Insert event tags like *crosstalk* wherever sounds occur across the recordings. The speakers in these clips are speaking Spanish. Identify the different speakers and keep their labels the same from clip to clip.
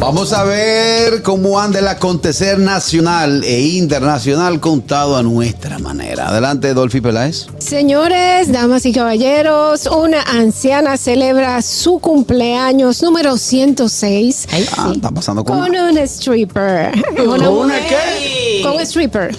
Speaker 1: Vamos a ver cómo anda el acontecer nacional e internacional contado a nuestra manera. Adelante, Dolphy Peláez.
Speaker 2: Señores, damas y caballeros, una anciana celebra su cumpleaños número 106
Speaker 1: Ah, está pasando con,
Speaker 2: con un stripper.
Speaker 3: ¿Con una
Speaker 2: mujer-
Speaker 3: qué?
Speaker 2: Con un stripper.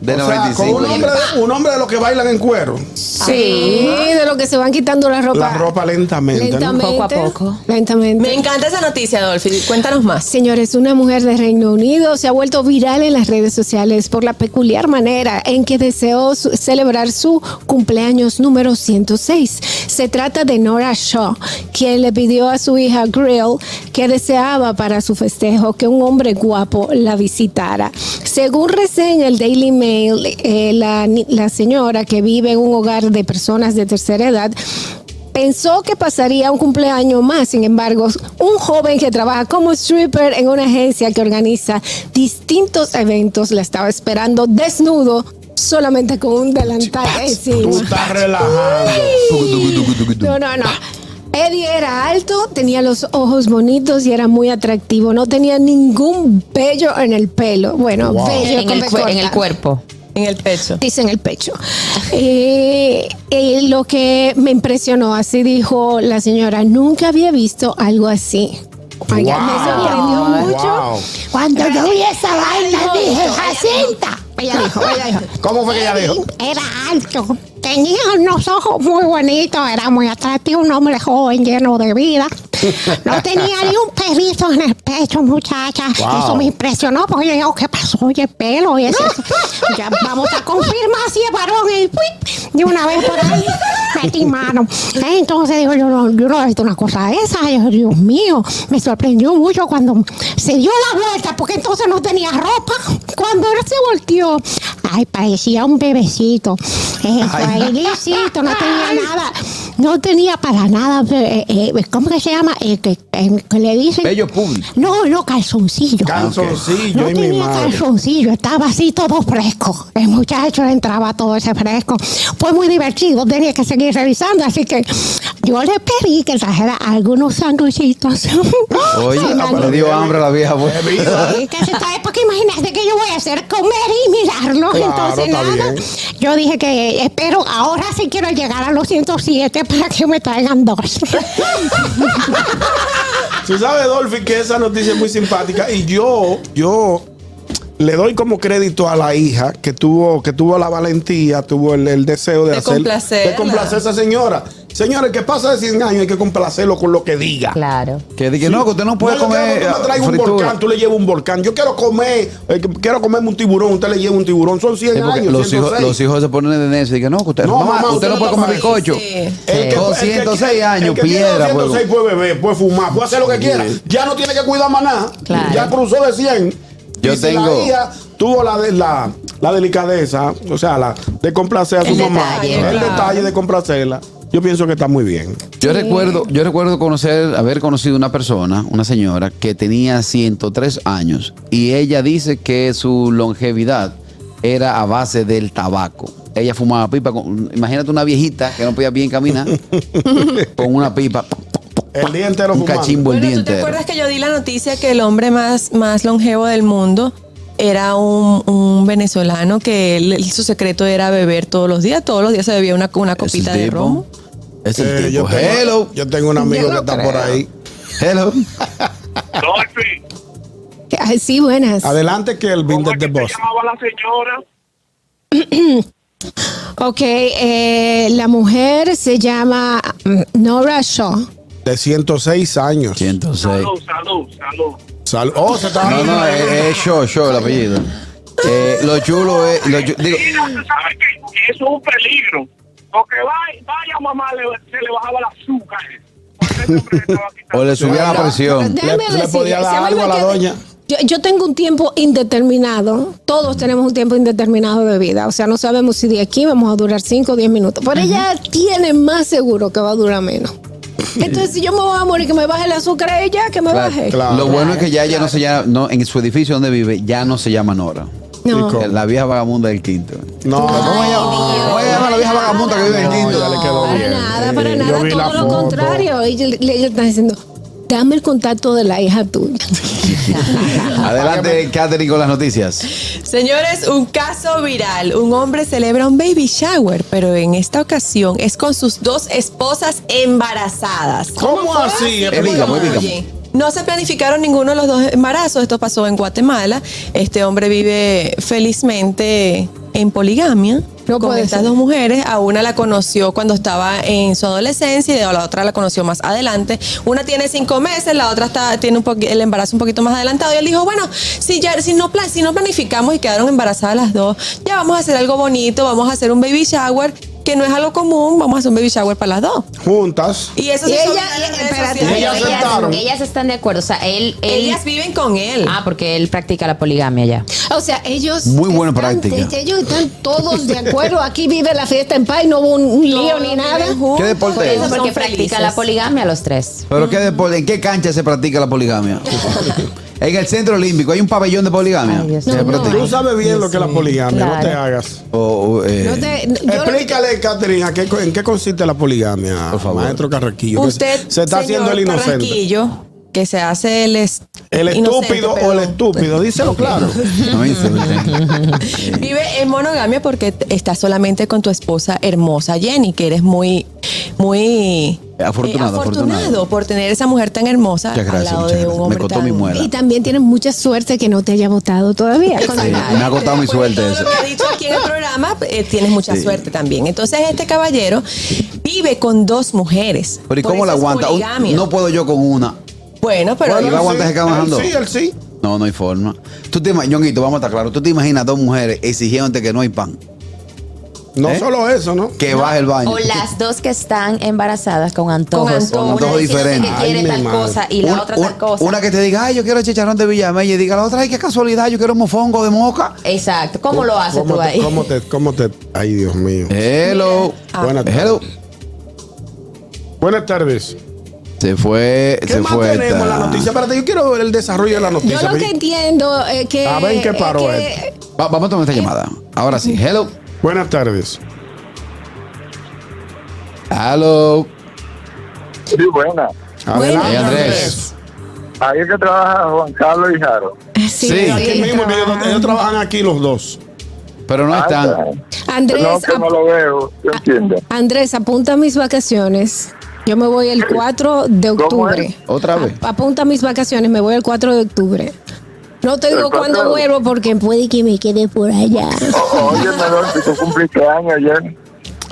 Speaker 1: de
Speaker 3: O sea,
Speaker 1: 95.
Speaker 3: con un hombre, de, un hombre de los que bailan en cuero.
Speaker 2: Sí, de lo que se van quitando la ropa.
Speaker 3: La ropa lentamente. ¿no?
Speaker 2: lentamente.
Speaker 4: Poco a poco.
Speaker 2: Lentamente.
Speaker 4: Me encanta esa noticia, Dolphy. Cuéntanos más.
Speaker 2: Señores, una mujer de Reino Unido se ha vuelto viral en las redes sociales por la peculiar manera en que deseó su- celebrar su cumpleaños número 106. Se trata de Nora Shaw, quien le pidió a su hija Grill que deseaba para su festejo que un hombre guapo la visitara. Según reseña el Daily Mail, eh, la ni- la señora que vive en un hogar de personas de tercera edad Pensó que pasaría un cumpleaños más, sin embargo, un joven que trabaja como stripper en una agencia que organiza distintos eventos la estaba esperando desnudo, solamente con un delantal
Speaker 3: Tú
Speaker 2: encima.
Speaker 3: estás relajando.
Speaker 2: No, no, no. Eddie era alto, tenía los ojos bonitos y era muy atractivo. No tenía ningún vello en el pelo. Bueno, vello
Speaker 5: en
Speaker 2: con
Speaker 5: el,
Speaker 2: B
Speaker 5: cue- en el
Speaker 2: corta.
Speaker 5: cuerpo.
Speaker 4: En el pecho.
Speaker 2: Dice en el pecho. Eh, eh, lo que me impresionó, así dijo la señora, nunca había visto algo así. Oiga, me sorprendió
Speaker 3: Wow.
Speaker 2: mucho.
Speaker 3: Wow.
Speaker 6: Cuando yo vi esa vaina dije, Jacinta,
Speaker 2: Ella dijo, ella dijo,
Speaker 3: ¿Cómo fue que ella dijo?
Speaker 6: era alto, tenía unos ojos muy bonitos, era muy atractivo, un hombre joven lleno de vida. No tenía ni un perrito en el pecho, muchacha.
Speaker 3: Wow.
Speaker 6: Eso me impresionó porque yo digo, ¿qué pasó? Oye, el pelo y eso. Ya vamos a confirmar si es varón y ¡pui! de una vez por ahí. Metí mano. Eh, Entonces digo, yo no, yo no he visto una cosa de esa. Yo, Dios mío, me sorprendió mucho cuando se dio la vuelta, porque entonces no tenía ropa. Cuando él se volteó, ay, parecía un bebecito. Eso, ahí lisito, no tenía nada. No tenía para nada, eh, eh, ¿cómo que se llama? Eh, que, eh, que le dicen.
Speaker 1: Bello público.
Speaker 6: No, no, calzoncillo.
Speaker 3: Ah, Calzoncillo
Speaker 6: No
Speaker 3: y mi
Speaker 6: tenía
Speaker 3: madre.
Speaker 6: calzoncillo, estaba así todo fresco. El muchacho le entraba todo ese fresco. Fue muy divertido, tenía que seguir revisando, así que yo le pedí que trajera algunos sándwichitos.
Speaker 1: Oye,
Speaker 6: Ay,
Speaker 1: ah,
Speaker 6: mano.
Speaker 1: le dio hambre a la vieja.
Speaker 3: Eh,
Speaker 1: pues.
Speaker 6: Y que se está- Porque imagínate que yo voy a hacer comer y mirarlo.
Speaker 3: Claro,
Speaker 6: Entonces,
Speaker 3: está
Speaker 6: nada.
Speaker 3: bien.
Speaker 6: Yo dije que espero, ahora sí quiero llegar a los 107 para que me traigan dos.
Speaker 3: Tú sabes, Dolphy, que esa noticia es muy simpática. Y yo, yo le doy como crédito a la hija que tuvo, que tuvo la valentía, tuvo el, el deseo de,
Speaker 4: De
Speaker 3: hacer.
Speaker 4: complacerla.
Speaker 3: De complacer a esa señora. Señores, que pasa de 100 años hay que complacerlo con lo que diga.
Speaker 5: Claro.
Speaker 1: Que dije, no, que usted no puede
Speaker 3: No, yo
Speaker 1: comer.
Speaker 3: quiero que
Speaker 1: ah,
Speaker 3: me traiga un
Speaker 1: fritura.
Speaker 3: volcán, tú le llevas un volcán. Yo quiero comer, eh, que- quiero comerme un tiburón, usted le lleva un tiburón. Son 100
Speaker 1: Sí, porque
Speaker 3: años.
Speaker 1: los, hijos,
Speaker 3: 106.
Speaker 1: los hijos se ponen de necio y dicen, no, que usted
Speaker 3: No,
Speaker 1: no, mamá,
Speaker 3: mamá,
Speaker 1: usted no puede comer
Speaker 3: comer.
Speaker 1: bizcocho.
Speaker 4: Sí.
Speaker 3: El que-
Speaker 1: Con
Speaker 3: el que-
Speaker 1: 106 años,
Speaker 3: el que tiene
Speaker 1: piedra. pues.
Speaker 3: 106 puede beber, puede fumar, puede hacer lo que quiera. Ya no tiene que cuidar más nada.
Speaker 5: Claro.
Speaker 3: Ya cruzó de 100.
Speaker 1: Yo
Speaker 3: Y si
Speaker 1: tengo-
Speaker 3: La hija tuvo la, de, la, la delicadeza, o sea, la de complacer a su
Speaker 5: El
Speaker 3: mamá.
Speaker 5: detalle,
Speaker 3: el
Speaker 5: claro.
Speaker 3: detalle de complacerla. Yo pienso que está muy bien.
Speaker 1: Yo recuerdo, yo recuerdo conocer, haber conocido una persona, una señora, que tenía 103 años y ella dice que su longevidad era a base del tabaco. Ella fumaba pipa, con- imagínate una viejita que no podía bien caminar, con una pipa,
Speaker 3: El día entero
Speaker 1: un
Speaker 3: fumando.
Speaker 1: cachimbo el
Speaker 4: Bueno,
Speaker 1: día
Speaker 4: ¿tú te
Speaker 1: entero.
Speaker 4: acuerdas que yo di la noticia que el hombre más, más longevo del mundo era un, un venezolano que él- su secreto era beber todos los días? Todos los días se bebía una, una
Speaker 1: Es el
Speaker 4: copita de
Speaker 1: tipo,
Speaker 4: romo.
Speaker 1: Es el
Speaker 3: Eh, yo,
Speaker 1: tipo.
Speaker 3: tengo,
Speaker 1: Hello,
Speaker 3: yo tengo un amigo que está por ahí.
Speaker 1: hello.
Speaker 7: Dolphy,
Speaker 2: Ay, sí, buenas.
Speaker 3: Adelante que el
Speaker 7: ¿cómo es
Speaker 3: Binder de
Speaker 7: que
Speaker 3: Boss.
Speaker 7: se llamaba la señora?
Speaker 2: Ok, eh, la mujer se llama mm, Nora Shaw.
Speaker 3: De 106 años.
Speaker 1: 106.
Speaker 7: Salud, salud, salud.
Speaker 3: Sal- oh, se está
Speaker 1: No, eh. no, es, es show, show el apellido. Eh, lo chulo es, lo chu- digo,
Speaker 7: Mira, ¿tú sabes que Eso es un peligro. Porque vaya, vaya mamá, le- se le bajaba el azúcar. Porque ese hombre le estaba quitando
Speaker 1: o le subía la presión.
Speaker 2: Déjame
Speaker 3: le
Speaker 2: decirle,
Speaker 3: podía dar
Speaker 2: se me
Speaker 3: algo a la
Speaker 2: que-
Speaker 3: doña.
Speaker 2: Yo, yo tengo un tiempo indeterminado. Todos tenemos un tiempo indeterminado de vida. O sea,
Speaker 3: *laughs*
Speaker 2: no sabemos si de aquí vamos a durar 5 o 10 minutos. Pero ella tiene más seguro que va a durar menos. Entonces, si yo me voy a morir, que me baje el azúcar a ella, que me
Speaker 1: Claro,
Speaker 2: baje.
Speaker 3: Claro,
Speaker 1: Lo bueno es que ya ella no se llama, no, en su edificio donde vive, ya no se llama Nora.
Speaker 2: No.
Speaker 3: Chico. ¿Cómo?
Speaker 1: La vieja vagabunda del quinto.
Speaker 3: No, ¿cómo ella, ¿cómo ella llama a la vieja vagabunda que vive en el quinto? ya le quedó
Speaker 2: Para
Speaker 3: bien.
Speaker 2: nada, para
Speaker 3: Sí, yo
Speaker 2: nada,
Speaker 3: vi la
Speaker 2: todo lo
Speaker 3: foto.
Speaker 2: contrario. Y le, le está diciendo, dame el contacto de la hija tuya. *laughs*
Speaker 1: Adelante, Katherine, con las noticias.
Speaker 4: Señores, un caso viral. Un hombre celebra un baby shower, pero en esta ocasión es con sus dos esposas embarazadas.
Speaker 3: ¿Cómo así?
Speaker 1: Es bígamo, es bígamo.
Speaker 4: Oye, No se planificaron ninguno de los dos embarazos. Esto pasó en Guatemala. Este hombre vive felizmente en poligamia.
Speaker 2: No
Speaker 4: con
Speaker 2: puede
Speaker 4: estas
Speaker 2: ser.
Speaker 4: dos mujeres, a una la conoció cuando estaba en su adolescencia y a la otra la conoció más adelante. Una tiene cinco meses, la otra está, tiene un poqui- el embarazo un poquito más adelantado. Y él dijo, bueno, si ya, si no plan, si no planificamos y quedaron embarazadas las dos, ya vamos a hacer algo bonito, vamos a hacer un baby shower, que no es algo común, vamos a hacer un baby shower para las dos.
Speaker 3: Juntas.
Speaker 4: Y eso
Speaker 2: Y
Speaker 4: se hizo
Speaker 2: ella-
Speaker 4: viral en redes
Speaker 2: espérate,
Speaker 4: sociales.
Speaker 3: Ellas aceptaron.
Speaker 5: ellas están de acuerdo. O sea, él, él-
Speaker 4: Ellas viven con él.
Speaker 5: Ah, porque él practica la poligamia ya.
Speaker 2: O sea, ellos.
Speaker 1: Muy buena
Speaker 2: están-
Speaker 1: práctica.
Speaker 2: Ellos están todos de acuerdo. Aquí vive la fiesta en paz y no hubo un, un lío ni nada.
Speaker 1: ¿Qué deporte
Speaker 5: Por
Speaker 1: Pero
Speaker 5: eso,
Speaker 1: son
Speaker 5: porque practica la poligamia los tres.
Speaker 1: Pero qué deporte, ¿en qué cancha se practica la poligamia? en el centro olímpico hay un pabellón de poligamia.
Speaker 5: Ay, Dios
Speaker 1: Se
Speaker 5: mío.
Speaker 1: practica.
Speaker 3: Tú sabes bien lo que es la poligamia, no
Speaker 5: Claro.
Speaker 3: te hagas.
Speaker 1: O, o, eh,
Speaker 2: No te- yo lo-
Speaker 3: Explícale, Caterina, ¿qué co- ¿en qué consiste la poligamia?
Speaker 1: Por favor.
Speaker 3: Maestro Carraquillo.
Speaker 1: pues,
Speaker 3: que
Speaker 4: Usted,
Speaker 3: se- se está haciendo el inocente.
Speaker 4: que se hace el, es-
Speaker 3: El
Speaker 4: inocente,
Speaker 3: estúpido o
Speaker 4: perdón.
Speaker 3: el estúpido, díselo claro.
Speaker 1: no me insulten.
Speaker 4: Vive en monogamia porque t- estás solamente con tu esposa hermosa Jenny, que eres muy, muy eh,
Speaker 1: Afortunado, afortunado.
Speaker 4: por tener esa mujer tan hermosa
Speaker 1: Muchas gracias,
Speaker 4: al lado
Speaker 1: muchas
Speaker 4: de un
Speaker 1: gracias.
Speaker 4: hombre
Speaker 1: Me costó
Speaker 4: tan-
Speaker 1: mi muela.
Speaker 2: Y también tienen mucha suerte que no te haya votado todavía. Cuando-
Speaker 1: Sí, me ha costado mi
Speaker 4: Después
Speaker 1: suerte
Speaker 4: de todo
Speaker 1: eso.
Speaker 4: Lo que ha dicho aquí en el programa, eh, tienes mucha
Speaker 1: Sí.
Speaker 4: suerte también. Entonces, este caballero vive con dos mujeres.
Speaker 1: Pero ¿y
Speaker 4: Por
Speaker 1: cómo
Speaker 4: eso
Speaker 1: la
Speaker 4: es
Speaker 1: aguanta? Un-
Speaker 4: poligamia.
Speaker 1: no puedo yo con una.
Speaker 4: bueno, pero
Speaker 1: Bueno, ¿Y va a
Speaker 3: Él
Speaker 1: aguantar
Speaker 3: sí,
Speaker 1: ese cabrón
Speaker 3: él
Speaker 1: andando?
Speaker 3: Sí, él sí.
Speaker 1: No, no hay forma. Tú te imaginas, Ñonguito, vamos a estar claros. Tú te imaginas dos mujeres exigiéndote que no hay pan,
Speaker 3: No
Speaker 1: ¿Eh?
Speaker 3: solo eso, ¿no?
Speaker 1: que baje el baño.
Speaker 5: O las dos que están embarazadas con antojos.
Speaker 4: antojos.
Speaker 5: Una
Speaker 1: Antojos
Speaker 5: diciéndote
Speaker 1: diferentes.
Speaker 5: Que quiere
Speaker 3: Ay, mi
Speaker 5: tal
Speaker 3: madre.
Speaker 5: cosa y la
Speaker 1: Un-
Speaker 5: otra
Speaker 1: un-
Speaker 5: tal cosa.
Speaker 1: Una que te diga, ay, yo quiero chicharrón de Villamella. Y diga la otra, ay, qué casualidad, yo quiero mofongo de moca.
Speaker 5: Exacto. ¿Cómo lo haces
Speaker 3: ¿Cómo
Speaker 5: tú
Speaker 3: te-
Speaker 4: *laughs*
Speaker 5: ahí?
Speaker 3: ¿Cómo te, cómo te? Ay, Dios mío.
Speaker 1: Hello.
Speaker 3: Ah. Buenas tardes.
Speaker 1: Hello.
Speaker 3: Buenas tardes.
Speaker 1: Se fue,
Speaker 3: ¿Qué
Speaker 1: se
Speaker 3: más
Speaker 1: fue.
Speaker 3: tenemos en la
Speaker 1: esta-
Speaker 3: noticia? Espérate, yo quiero ver el desarrollo de la
Speaker 2: Yo
Speaker 3: noticia.
Speaker 2: lo que entiendo
Speaker 4: eh,
Speaker 2: es que.
Speaker 3: A ver en qué paró
Speaker 2: es que-
Speaker 1: Va- vamos a tomar esta
Speaker 5: Eh.
Speaker 1: llamada. Ahora sí. Hello.
Speaker 3: Buenas tardes.
Speaker 1: Hello.
Speaker 7: Sí, buena.
Speaker 3: Adelante,
Speaker 1: Hey, Eh, Andrés.
Speaker 7: Ahí es que trabaja Juan Carlos y Jaro.
Speaker 2: Ah, Sí,
Speaker 1: Sí.
Speaker 3: Aquí
Speaker 2: sí,
Speaker 3: mismo, mira,
Speaker 2: trabajan.
Speaker 3: ellos trabajan aquí los dos.
Speaker 1: Pero no están.
Speaker 2: Andrés,
Speaker 7: No, que
Speaker 2: ap-
Speaker 7: no lo veo, yo entiendo.
Speaker 2: Andrés, apunta mis vacaciones. Yo me voy el 4 de
Speaker 7: ¿Cómo
Speaker 2: octubre.
Speaker 7: es?
Speaker 1: Otra vez.
Speaker 2: Ap- Apunta mis vacaciones, me voy el 4 de octubre. No te
Speaker 7: El
Speaker 2: digo
Speaker 7: 4
Speaker 2: cuándo
Speaker 7: de-
Speaker 2: vuelvo porque puede que me quede por allá.
Speaker 7: O- Oye, Melón, si tú cumpliste años ayer.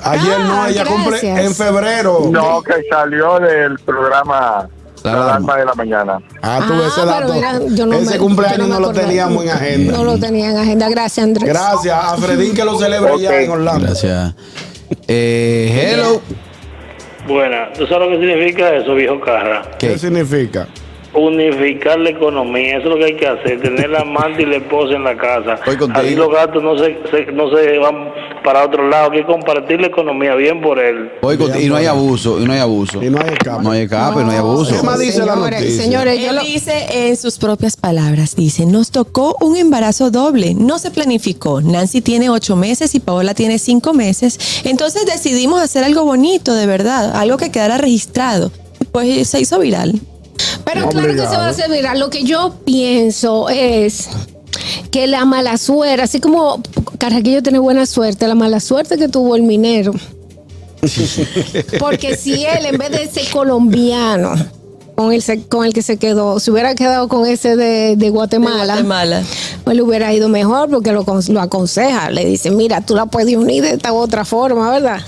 Speaker 3: Ayer no,
Speaker 2: Ah,
Speaker 3: ella cumple
Speaker 2: gracias.
Speaker 3: en febrero.
Speaker 7: No, que salió del programa
Speaker 1: La
Speaker 7: La
Speaker 1: Alarma.
Speaker 7: Alarma de la Mañana.
Speaker 3: Ah, tú ves ese
Speaker 2: pero
Speaker 3: dato.
Speaker 2: mira, yo no
Speaker 3: ese
Speaker 2: me-
Speaker 3: cumpleaños
Speaker 2: yo
Speaker 3: no,
Speaker 2: me
Speaker 3: lo
Speaker 2: acordaba.
Speaker 3: teníamos en agenda.
Speaker 2: No lo tenía en agenda. Gracias, Andrés.
Speaker 3: Gracias a Fredín que lo celebra allá
Speaker 7: Ok.
Speaker 3: en Orlando.
Speaker 1: Gracias. Eh, hello.
Speaker 8: Buena, ¿tú sabes lo que significa eso, viejo Carra?
Speaker 3: ¿Qué
Speaker 1: ¿Qué?
Speaker 3: significa?
Speaker 8: Unificar la economía, eso es lo que hay que hacer, tener la amante y la esposa en la casa.
Speaker 1: Estoy contigo.
Speaker 8: Así los gastos no se, se- no se van para otro lado, hay que compartir la economía bien por él.
Speaker 1: Voy con- y no hay abuso, y no hay abuso.
Speaker 3: Y no hay escape.
Speaker 1: No hay escape, no hay
Speaker 3: ¿Qué más
Speaker 1: abuso.
Speaker 3: dice la
Speaker 2: Señores,
Speaker 3: noticia?
Speaker 2: señores, yo
Speaker 4: Él
Speaker 2: lo-
Speaker 4: dice en sus propias palabras, dice, nos tocó un embarazo doble, no se planificó. Nancy tiene ocho meses y Paola tiene cinco meses. Entonces decidimos hacer algo bonito, de verdad, algo que quedara registrado. Pues se hizo viral.
Speaker 2: Pero claro que
Speaker 3: Obligado.
Speaker 2: se va a hacer viral. Lo que yo pienso es que la mala suerte, así como Carraquillo tiene buena suerte, la mala suerte que tuvo el minero. Porque si él, en vez de ser colombiano, con el, se- con el que se quedó, se hubiera quedado con ese de, de Guatemala,
Speaker 4: Guatemala.
Speaker 2: pues le hubiera ido mejor porque lo, con- lo aconseja. Le dice, mira, tú la puedes unir de esta u otra forma, ¿verdad?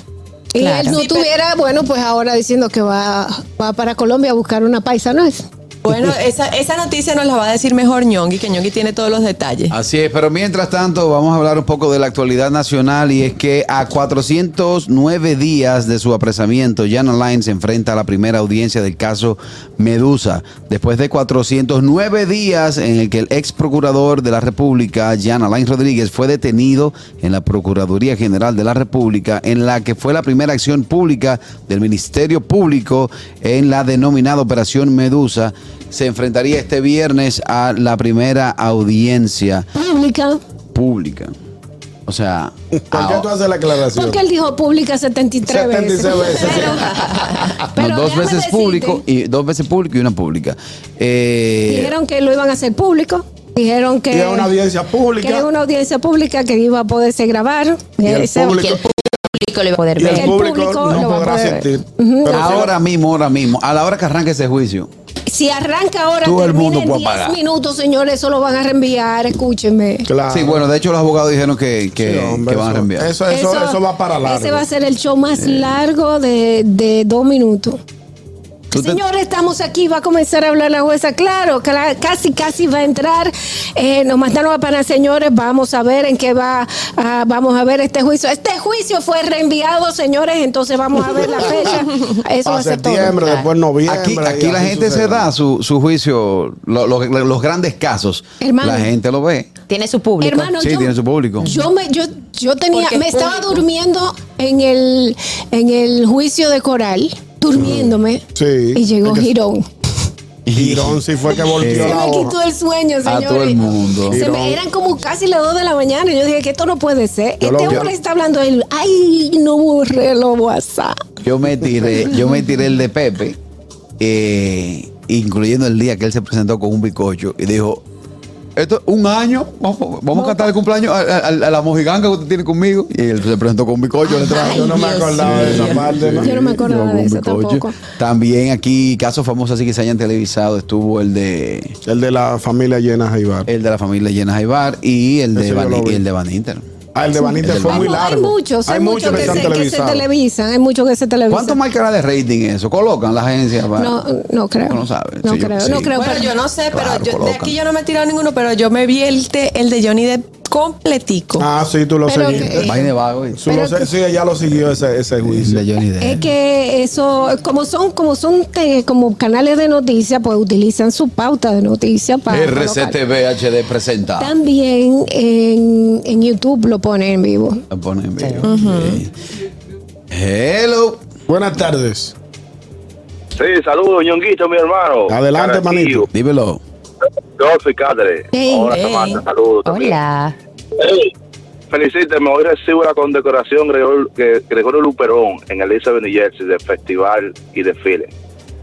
Speaker 2: Y
Speaker 4: Claro.
Speaker 2: él no
Speaker 4: Sí, pero-
Speaker 2: tuviera, bueno, pues ahora diciendo que va, va para Colombia a buscar una paisa, ¿no es?
Speaker 4: Bueno, esa, esa noticia nos la va a decir mejor Ñongui, que Ñongui tiene todos los detalles.
Speaker 5: Ah.
Speaker 1: Así es, pero mientras tanto vamos a hablar un poco de la actualidad nacional y es que a 409 días de su apresamiento, Jan Alain se enfrenta a la primera audiencia del caso Medusa. Después de 409 días en el que el ex procurador de la República, Jan Alain Rodríguez, fue detenido en la Procuraduría General de la República, en la que fue la primera acción pública del Ministerio Público en la denominada Operación Medusa, se enfrentaría este viernes a la primera audiencia
Speaker 2: Pública.
Speaker 1: pública. O
Speaker 3: *laughs*
Speaker 1: sea,
Speaker 3: ¿Por qué
Speaker 1: ah,
Speaker 3: tú haces la aclaración?
Speaker 2: Porque él dijo pública 73,
Speaker 3: 76
Speaker 2: veces.
Speaker 3: veces.
Speaker 2: Pero,
Speaker 1: no,
Speaker 2: pero
Speaker 1: dos
Speaker 2: déjame
Speaker 1: veces
Speaker 2: decirte,
Speaker 1: público y dos veces público y una pública. Eh,
Speaker 2: Dijeron que lo iban a hacer público. Dijeron que.
Speaker 3: Y es una audiencia pública.
Speaker 2: eh, Que era una audiencia pública que iba a poderse grabar. Eh,
Speaker 3: Y el
Speaker 2: Ese-
Speaker 3: público,
Speaker 5: público le va a poder
Speaker 3: y el
Speaker 2: el
Speaker 5: ver.
Speaker 3: público
Speaker 2: público
Speaker 3: no
Speaker 2: lo va a
Speaker 3: podrá
Speaker 2: poder ver.
Speaker 3: asistir.
Speaker 2: Ujú.
Speaker 3: Pero sí-
Speaker 1: ahora mismo, ahora mismo, a la hora que arranque ese juicio,
Speaker 2: Si arranca ahora,
Speaker 1: Todo el
Speaker 2: termina
Speaker 1: mundo
Speaker 2: en
Speaker 1: puede
Speaker 2: 10
Speaker 1: pagar.
Speaker 2: minutos, señores. Eso lo van a reenviar. Escúchenme.
Speaker 3: Claro.
Speaker 1: Sí, bueno, de hecho los abogados dijeron que, que,
Speaker 3: Ah. Sí, hombre,
Speaker 1: que van a
Speaker 3: eso-
Speaker 1: reenviar.
Speaker 3: Eso, eso, eso va para largo. Eh.
Speaker 2: Ese va a ser el show más largo de, de dos minutos.
Speaker 1: Tú te-
Speaker 2: Señores, estamos aquí. Va a comenzar a hablar la jueza. Claro, cla- casi, casi va a entrar. Eh, nos mataron a parar, señores. Vamos a ver en qué va. ah, vamos a ver este juicio. Este juicio fue reenviado, señores. Entonces vamos a ver
Speaker 1: *laughs*
Speaker 2: la fecha. Eso
Speaker 3: para
Speaker 2: va a ser todo.
Speaker 3: septiembre, después noviembre.
Speaker 1: Aquí,
Speaker 3: y
Speaker 1: aquí la
Speaker 3: así
Speaker 1: gente se
Speaker 3: sucede.
Speaker 1: da su, su juicio, lo- lo- lo- los grandes casos.
Speaker 2: Hermano.
Speaker 1: la gente lo ve.
Speaker 5: Tiene su público.
Speaker 2: Hermano,
Speaker 1: Sí,
Speaker 2: yo,
Speaker 1: tiene su público.
Speaker 2: Yo me, yo, yo tenía,
Speaker 4: Porque es
Speaker 2: me estaba
Speaker 4: público.
Speaker 2: durmiendo en el, en el juicio de coral, durmiéndome,
Speaker 3: Sí.
Speaker 2: y llegó
Speaker 3: Es que-
Speaker 2: Girón.
Speaker 3: Girón sí fue que volteó
Speaker 2: Se
Speaker 3: la
Speaker 2: me
Speaker 3: hoja.
Speaker 2: quitó el sueño,
Speaker 1: A
Speaker 2: señores.
Speaker 1: todo el mundo.
Speaker 2: Se me-
Speaker 3: Girón.
Speaker 2: eran como casi las 2 de la mañana. y Yo dije que esto no puede ser.
Speaker 3: Yo lo-
Speaker 2: este
Speaker 3: yo-
Speaker 2: hombre está hablando él. Ay, no borré los WhatsApp.
Speaker 1: Yo me tiré, yo me tiré el de Pepe, eh, incluyendo el día que él se presentó con un bicocho y dijo, esto es un año, vamos, vamos a cantar el cumpleaños a, a- a la mojiganga que usted tiene conmigo. Y él se presentó con un bicocho le trajo.
Speaker 3: Yo no me
Speaker 4: Dios
Speaker 3: acordaba de esa parte. ¿no?
Speaker 2: Yo no me acordaba
Speaker 1: Yo con
Speaker 2: de eso
Speaker 1: bicocho.
Speaker 2: tampoco.
Speaker 1: También aquí, casos famosos así que se hayan televisado, estuvo el de
Speaker 3: El de la familia llena Jaibar.
Speaker 1: el de la familia Llenas Jaibar y el de,
Speaker 3: Ese yo
Speaker 1: Van,
Speaker 3: lo vi.
Speaker 1: y el de Van Inter.
Speaker 3: Ah, el de Vanita
Speaker 1: El de
Speaker 3: fue muy
Speaker 2: Vamos,
Speaker 3: largo.
Speaker 2: hay muchos, hay, muchos que, se, que se
Speaker 3: televisado.
Speaker 2: televisan. Hay muchos que se televisan.
Speaker 1: ¿Cuánto marcará de rating eso? Colocan la agencia. para-
Speaker 2: No, no creo.
Speaker 1: No sabe.
Speaker 2: No
Speaker 1: Sí, yo-
Speaker 2: creo,
Speaker 1: sí.
Speaker 2: no creo.
Speaker 4: Bueno,
Speaker 2: pero-
Speaker 4: yo no sé, pero
Speaker 1: Claro,
Speaker 4: yo- de
Speaker 1: colocan.
Speaker 4: aquí yo no me he tirado ninguno, pero yo me vi el de, el de Johnny Depp completico.
Speaker 3: Ah, sí, tú lo
Speaker 2: Pero
Speaker 3: seguiste.
Speaker 2: que-
Speaker 1: Vaina de vago. y-
Speaker 3: Tú lo
Speaker 2: pero
Speaker 3: se- sí, ella lo siguió ese, ese
Speaker 1: El
Speaker 3: juicio.
Speaker 1: de Johnny Depp.
Speaker 2: Es que eso, como son, como son te- como canales de noticias, pues utilizan su pauta de noticias para. colocar.
Speaker 1: RCTV HD presenta.
Speaker 2: También en, en YouTube lo ponen en vivo.
Speaker 1: Lo pone en vivo. Sí. Hello.
Speaker 3: Buenas tardes.
Speaker 8: Sí, saludos, ñonguito, mi hermano.
Speaker 3: Adelante,
Speaker 8: Carajillo.
Speaker 3: manito.
Speaker 1: Dímelo.
Speaker 8: Rodolfo y Cáceres.
Speaker 2: Ey,
Speaker 8: Hola,
Speaker 4: ey.
Speaker 8: Samantha, saludos. también.
Speaker 5: Hola.
Speaker 8: Ey, felicíteme, hoy recibo la condecoración Gregorio, que- Gregorio Luperón en Elizabeth, New Jersey, del festival y desfile.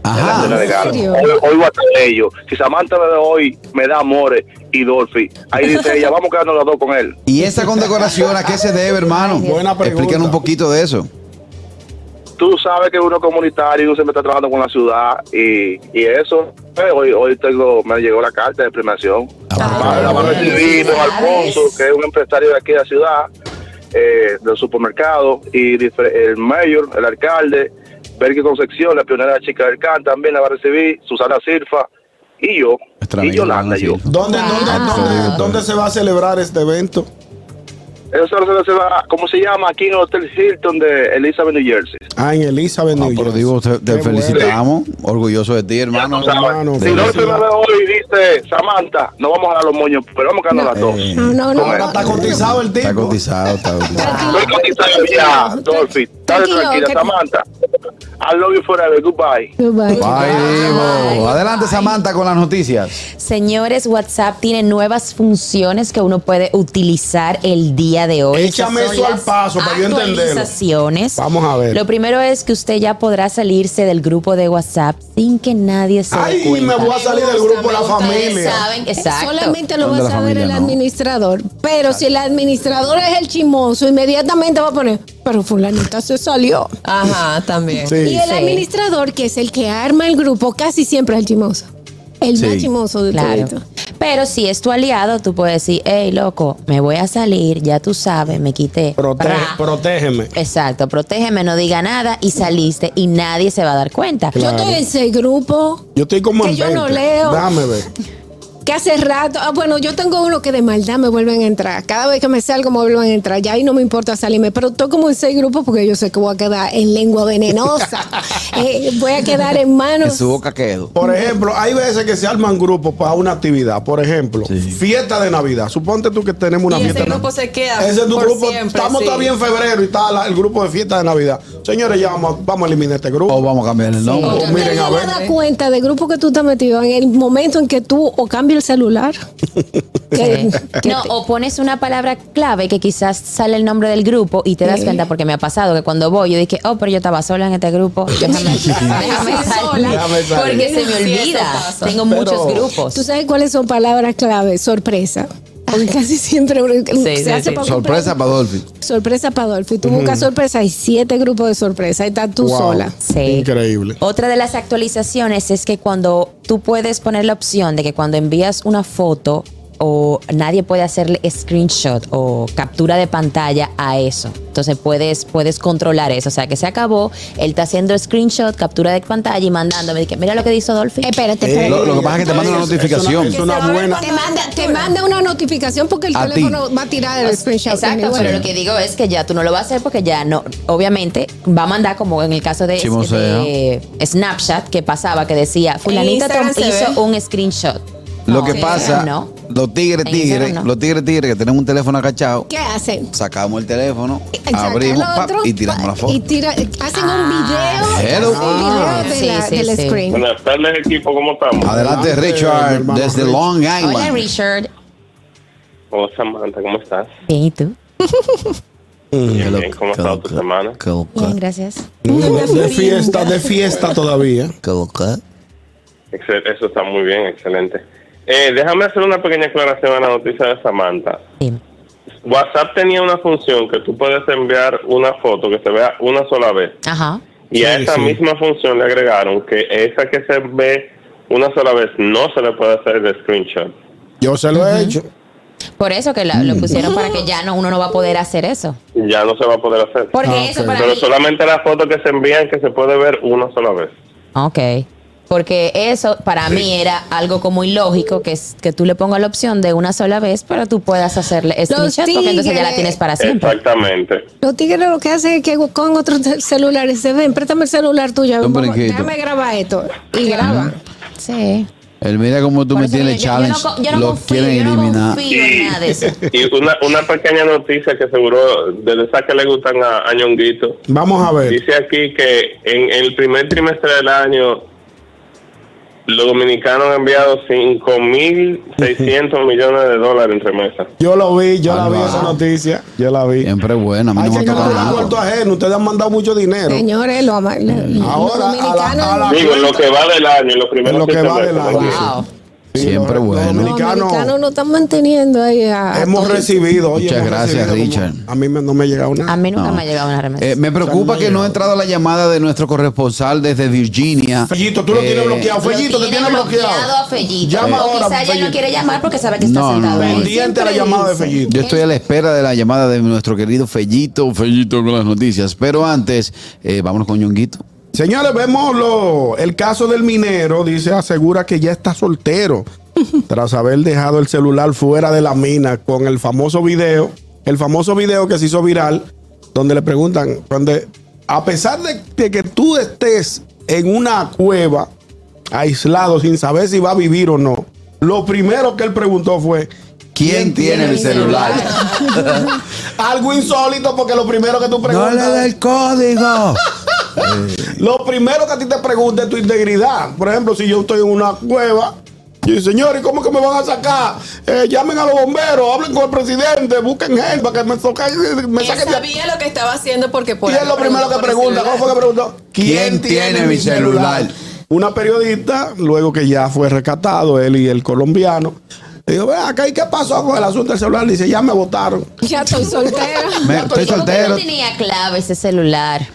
Speaker 1: Ajá.
Speaker 8: De la regalo.
Speaker 2: serio?
Speaker 8: Hoy, hoy voy a estar ellos. Si Samantha me da hoy, me da amores y Dolphy. Ahí dice ella, vamos quedando los dos con él.
Speaker 1: ¿Y esa condecoración a qué se debe, hermano?
Speaker 3: Buena pregunta.
Speaker 1: Explícanos un poquito de eso.
Speaker 8: Tú sabes que uno es comunitario y uno siempre está trabajando con la ciudad y, y eso. eh, hoy hoy tengo, me llegó la carta de premiación.
Speaker 1: Ah,
Speaker 8: la va a recibir don Alfonso, que es un empresario de aquí de la ciudad, eh, del supermercado, y difer- el mayor, el alcalde, Berky Concepción, la pionera chica del CAN, también la va a recibir, Susana Silfa, y yo,
Speaker 1: Nuestra
Speaker 8: y
Speaker 1: amiga
Speaker 8: Yolanda,
Speaker 1: Ana
Speaker 8: yo.
Speaker 1: Silva.
Speaker 3: ¿Dónde,
Speaker 2: Wow.
Speaker 3: dónde, dónde, dónde se va a celebrar este evento?
Speaker 8: Eso se- se va, ¿cómo se llama? Aquí en el Hotel Hilton de Elizabeth, New Jersey.
Speaker 3: Ah, en Elizabeth,
Speaker 1: Ah,
Speaker 3: New
Speaker 1: pero
Speaker 3: Jersey.
Speaker 1: digo, te, te
Speaker 3: Qué
Speaker 1: felicitamos. Orgulloso de ti, hermano.
Speaker 8: Ya tú sabes.
Speaker 3: hermano,
Speaker 8: si no se
Speaker 3: felicidad.
Speaker 8: ve hoy, dice Samantha, no vamos a dar los moños, pero vamos a ganar las dos.
Speaker 1: Eh,
Speaker 2: No, no, no.
Speaker 8: Ahora
Speaker 2: no,
Speaker 3: está
Speaker 2: no,
Speaker 3: cotizado. el
Speaker 1: Está
Speaker 3: tipo.
Speaker 1: cotizado, está *laughs* cotizado.
Speaker 2: Tranquilo,
Speaker 8: Estoy cotizando ya, Dolphy. Dale
Speaker 2: Tranquilo,
Speaker 8: tranquila,
Speaker 2: que-
Speaker 8: Samantha. I love you forever. Goodbye.
Speaker 2: no. Goodbye.
Speaker 1: Ay, digo. Adelante, Samantha, con las noticias.
Speaker 5: Señores, WhatsApp tiene nuevas funciones que uno puede utilizar el día de hoy.
Speaker 3: Échame
Speaker 5: Esas son
Speaker 3: eso al
Speaker 5: las
Speaker 3: paso para yo entenderlo.
Speaker 5: actualizaciones.
Speaker 3: Vamos a ver.
Speaker 5: Lo primero es que usted ya podrá salirse del grupo de WhatsApp sin que nadie se dé
Speaker 3: Ay,
Speaker 5: cuenta.
Speaker 3: me voy a salir del
Speaker 4: gusta,
Speaker 3: grupo
Speaker 4: me
Speaker 3: la
Speaker 4: gusta
Speaker 3: familia.
Speaker 5: Saben, exacto.
Speaker 2: Solamente lo
Speaker 1: Son de
Speaker 2: va a
Speaker 1: la
Speaker 2: saber
Speaker 1: familia,
Speaker 2: el
Speaker 1: no.
Speaker 2: administrador. Pero si el administrador es el chimoso, inmediatamente va a poner, pero fulanita se salió.
Speaker 4: Ajá, también.
Speaker 3: Sí.
Speaker 2: Y el
Speaker 5: Sí.
Speaker 2: administrador, que es el que arma el grupo, casi siempre es el chimoso. El más
Speaker 1: Sí.
Speaker 2: chimoso de
Speaker 5: Claro.
Speaker 2: todito.
Speaker 5: Pero si es tu aliado, tú puedes decir, hey, loco, me voy a salir, ya tú sabes, me quité.
Speaker 3: Protege-
Speaker 5: Ra.
Speaker 3: protégeme.
Speaker 5: Exacto, protégeme, no diga nada y saliste y nadie se va a dar cuenta.
Speaker 3: Claro.
Speaker 2: Yo estoy en ese grupo
Speaker 3: Yo estoy como
Speaker 2: Que
Speaker 3: en
Speaker 2: yo no
Speaker 3: 20.
Speaker 2: leo.
Speaker 3: Dame ver.
Speaker 2: que hace rato, ah, bueno, yo tengo uno que de maldad me vuelven a entrar. Cada vez que me salgo me vuelven a entrar. Ya ahí no me importa salirme, pero estoy como en seis grupos porque yo sé que voy a quedar en lengua venenosa.
Speaker 3: *laughs*
Speaker 2: Eh, voy a quedar en
Speaker 1: En
Speaker 2: manos.
Speaker 1: su boca quedo.
Speaker 3: Por ejemplo, hay veces que se arman grupos para una actividad. Por ejemplo, fiesta de Navidad. Suponte tú que tenemos una
Speaker 4: Y
Speaker 3: fiesta.
Speaker 4: ese
Speaker 3: de
Speaker 4: grupo
Speaker 3: Navidad.
Speaker 4: se queda.
Speaker 3: Ese es tu
Speaker 4: por
Speaker 3: grupo.
Speaker 4: siempre,
Speaker 3: Estamos
Speaker 4: sí.
Speaker 3: todavía en febrero y está la- el grupo de fiesta de Navidad. Señores, ya vamos, a- vamos a eliminar este grupo.
Speaker 1: O Oh, vamos a cambiar el nombre.
Speaker 3: O Oh, miren, a
Speaker 2: Yo me
Speaker 3: ver.
Speaker 2: da cuenta del grupo que tú estás metido en el momento en que tú o cambia
Speaker 3: *laughs*
Speaker 2: el celular. *laughs* que- que
Speaker 5: Eh, No,
Speaker 2: te-
Speaker 5: o pones una palabra clave que quizás sale el nombre del grupo y te das
Speaker 2: Sí.
Speaker 5: cuenta, porque me ha pasado que cuando voy yo dije, oh, pero yo estaba sola en este grupo, déjame, déjame salir,
Speaker 3: Déjame salir.
Speaker 5: porque se me
Speaker 4: Sí, eso
Speaker 5: olvida.
Speaker 4: pasa.
Speaker 5: Tengo
Speaker 3: Pero-
Speaker 5: muchos
Speaker 2: ¿Tú
Speaker 5: grupos.
Speaker 2: sabes cuáles son palabras clave? Sorpresa. Porque casi siempre se
Speaker 5: sí,
Speaker 2: hace
Speaker 5: sí.
Speaker 2: para
Speaker 1: Sorpresa para Dolphy.
Speaker 2: Sorpresa para Adolfo. Y tú buscas sorpresa, hay siete grupos de sorpresa. Ahí estás tú
Speaker 3: Wow.
Speaker 2: sola.
Speaker 5: Sí.
Speaker 3: Increíble.
Speaker 5: Otra de las actualizaciones es que cuando tú puedes poner la opción de que cuando envías una foto o nadie puede hacerle screenshot o captura de pantalla a eso. Entonces puedes, puedes controlar eso. O sea, que se acabó, él está haciendo screenshot, captura de pantalla y mandándome. de que, Mira lo que dice Dolphy.
Speaker 6: Espérate,
Speaker 3: Eh,
Speaker 6: espérate.
Speaker 1: Lo- lo que pasa es que te manda una
Speaker 3: es- es
Speaker 1: notificación.
Speaker 3: Es una, es una buena.
Speaker 2: Te manda, te manda una notificación porque el
Speaker 1: A ti.
Speaker 2: teléfono va a tirar el screenshot.
Speaker 5: Exacto,
Speaker 2: anyway.
Speaker 5: pero lo que digo es que ya tú no lo vas a hacer porque ya no, obviamente va a mandar como en el caso de,
Speaker 1: Chimosea.
Speaker 5: de Snapchat que pasaba que decía, fulanita
Speaker 4: Instagram
Speaker 5: Tom
Speaker 4: se ve.
Speaker 5: hizo un screenshot.
Speaker 1: Lo
Speaker 5: No,
Speaker 1: que
Speaker 5: en
Speaker 1: pasa,
Speaker 5: Instagram no.
Speaker 1: los tigres,
Speaker 5: En
Speaker 1: tigres,
Speaker 5: Instagram no.
Speaker 1: los tigres, tigres que tenemos un teléfono acachado,
Speaker 2: ¿Qué hacen?
Speaker 1: sacamos el teléfono,
Speaker 2: Saca
Speaker 1: abrimos
Speaker 2: el
Speaker 1: pap,
Speaker 2: otro,
Speaker 1: y tiramos la foto.
Speaker 2: Y tira- hacen
Speaker 5: Ah,
Speaker 2: un video,
Speaker 1: hello.
Speaker 2: un video de
Speaker 5: Sí,
Speaker 2: la-
Speaker 5: sí,
Speaker 2: del
Speaker 5: sí.
Speaker 2: screen.
Speaker 8: Buenas tardes, equipo, ¿cómo estamos?
Speaker 3: Ah.
Speaker 1: Adelante,
Speaker 3: Adelante, mi
Speaker 1: Richard,
Speaker 3: hermano
Speaker 1: desde
Speaker 3: Richard.
Speaker 1: Long
Speaker 5: Hola
Speaker 1: Island.
Speaker 5: Richard.
Speaker 8: Hola, Oh, Samantha, ¿cómo estás?
Speaker 5: Bien, ¿y tú?
Speaker 8: Bien, bien, ¿cómo ha estado tu semana?
Speaker 5: Bien, gracias.
Speaker 3: De, Mm. de fiesta, de fiesta todavía.
Speaker 8: Excel- Eso está muy bien, excelente. Eh, déjame hacer una pequeña aclaración a la noticia de Samantha.
Speaker 5: Dime.
Speaker 8: WhatsApp tenía una función que tú puedes enviar una foto que se vea una sola vez.
Speaker 5: Ajá.
Speaker 8: Y a
Speaker 3: Sí,
Speaker 8: esa
Speaker 3: sí.
Speaker 8: misma función le agregaron que esa que se ve una sola vez no se le puede hacer el screenshot.
Speaker 3: Yo se lo he hecho.
Speaker 5: Por eso que la-
Speaker 3: Mm.
Speaker 5: lo pusieron para que ya no uno no va a poder hacer eso.
Speaker 8: Ya no se va a poder hacer.
Speaker 5: Porque
Speaker 3: Ah,
Speaker 5: eso
Speaker 3: ok.
Speaker 5: para
Speaker 8: Pero
Speaker 5: mí-
Speaker 8: solamente las fotos que se envían que se puede ver una sola vez.
Speaker 5: Ok. Porque eso para mí era algo como ilógico que es que tú le pongas la opción de una sola vez, pero tú puedas hacerle screenshot porque entonces ya la
Speaker 2: tigres.
Speaker 5: tienes para siempre.
Speaker 8: Exactamente.
Speaker 2: Los tigres lo que hacen es que con otros te- celulares se ven, préstame el celular tuyo,
Speaker 1: Son
Speaker 2: vamos,
Speaker 1: brinquitos.
Speaker 2: déjame grabar esto. Y graba.
Speaker 5: Sí.
Speaker 1: Él mira cómo tú
Speaker 5: Por
Speaker 1: me
Speaker 5: eso que
Speaker 1: tienes
Speaker 5: yo- yo no
Speaker 1: challenge.
Speaker 5: co- Yo no,
Speaker 1: lo
Speaker 5: confío,
Speaker 1: quieren
Speaker 5: yo no
Speaker 1: eliminar.
Speaker 5: confío en nada de eso.
Speaker 8: Y una, una pequeña noticia que seguro de esas que le gustan a, a Ñonguito.
Speaker 3: Vamos a ver.
Speaker 8: Dice aquí que en, el primer trimestre del año los dominicanos han enviado 5.600 millones de dólares en remesas.
Speaker 3: Yo lo vi, yo la vi
Speaker 1: Alba.
Speaker 3: esa noticia. Yo la vi.
Speaker 1: Siempre buena, a mí
Speaker 3: Ay,
Speaker 1: no me ha
Speaker 3: señores,
Speaker 1: tocado
Speaker 3: no han vuelto
Speaker 1: nada.
Speaker 3: ajeno. Ustedes han mandado mucho dinero.
Speaker 2: Señores, lo ama- lo-
Speaker 1: Mm.
Speaker 2: los
Speaker 3: Ahora, a la-
Speaker 2: dominicanos-
Speaker 3: a la-
Speaker 8: Digo, en lo que va del año, en los primeros
Speaker 3: En lo que
Speaker 8: siete
Speaker 3: va del
Speaker 8: meses,
Speaker 3: año.
Speaker 8: tranquilo.
Speaker 3: Wow.
Speaker 1: Siempre
Speaker 3: los-
Speaker 1: bueno.
Speaker 3: Los
Speaker 2: los
Speaker 3: dominicanos,
Speaker 2: dominicanos no están manteniendo ahí a-
Speaker 3: hemos recibido. oye,
Speaker 1: Muchas
Speaker 3: hemos
Speaker 1: gracias,
Speaker 3: recibido
Speaker 1: Richard.
Speaker 3: como- a mí me- no me ha llegado nada.
Speaker 5: A mí nunca
Speaker 1: No.
Speaker 5: me ha llegado una remesa.
Speaker 1: Eh, me preocupa que no ha entrado la llamada de nuestro corresponsal desde Virginia.
Speaker 3: Fellito, tú lo
Speaker 1: Eh,
Speaker 3: tienes bloqueado.
Speaker 5: Lo
Speaker 3: Fellito, te
Speaker 5: tiene
Speaker 3: tienes bloqueado.
Speaker 5: a Fellito.
Speaker 3: Llama
Speaker 5: o
Speaker 3: ahora,
Speaker 5: quizá ella
Speaker 3: Fellito.
Speaker 5: no quiere llamar porque sabe que está
Speaker 1: No, no,
Speaker 5: sentado
Speaker 1: no.
Speaker 5: ahí.
Speaker 3: Pendiente a la
Speaker 2: Siempre
Speaker 3: llamada de
Speaker 2: dice.
Speaker 3: Fellito.
Speaker 1: Yo estoy a la espera de la llamada de nuestro querido Fellito, Fellito con las noticias. Pero antes, eh, vámonos con Ñonguito.
Speaker 3: Señores, vemos lo- el caso del minero. Dice, asegura que ya está soltero. tras haber dejado el celular fuera de la mina con el famoso video. El famoso video que se hizo viral. Donde le preguntan, donde, a pesar de, de que tú estés en una cueva, aislado, sin saber si va a vivir o no. Lo primero que él preguntó fue,
Speaker 1: ¿Quién tiene el celular?
Speaker 3: algo insólito porque lo primero que tú preguntas...
Speaker 1: código.
Speaker 3: Lo primero que a ti te pregunta es tu integridad. Por ejemplo, si yo estoy en una cueva, yo digo, señores, ¿cómo que me van a sacar? Eh, llamen a los bomberos, hablen con el presidente, busquen gente para que me, soca- me
Speaker 4: Él
Speaker 3: saquen de aquí.
Speaker 4: sabía lo que estaba haciendo porque por
Speaker 3: ¿Quién es
Speaker 4: algo
Speaker 3: lo primero que pregunta?
Speaker 4: preguntó por celular.
Speaker 3: ¿Cómo fue que preguntó?
Speaker 1: ¿Quién tiene mi celular?
Speaker 3: Una periodista, luego que ya fue rescatado, él y el colombiano, dijo, "Ven acá, ¿y qué pasó con el asunto del celular? Dice, ya me votaron.
Speaker 2: *laughs* Ya estoy soltera.
Speaker 1: estoy
Speaker 5: ¿Y cómo que
Speaker 1: soltero.
Speaker 5: no tenía clave ese celular?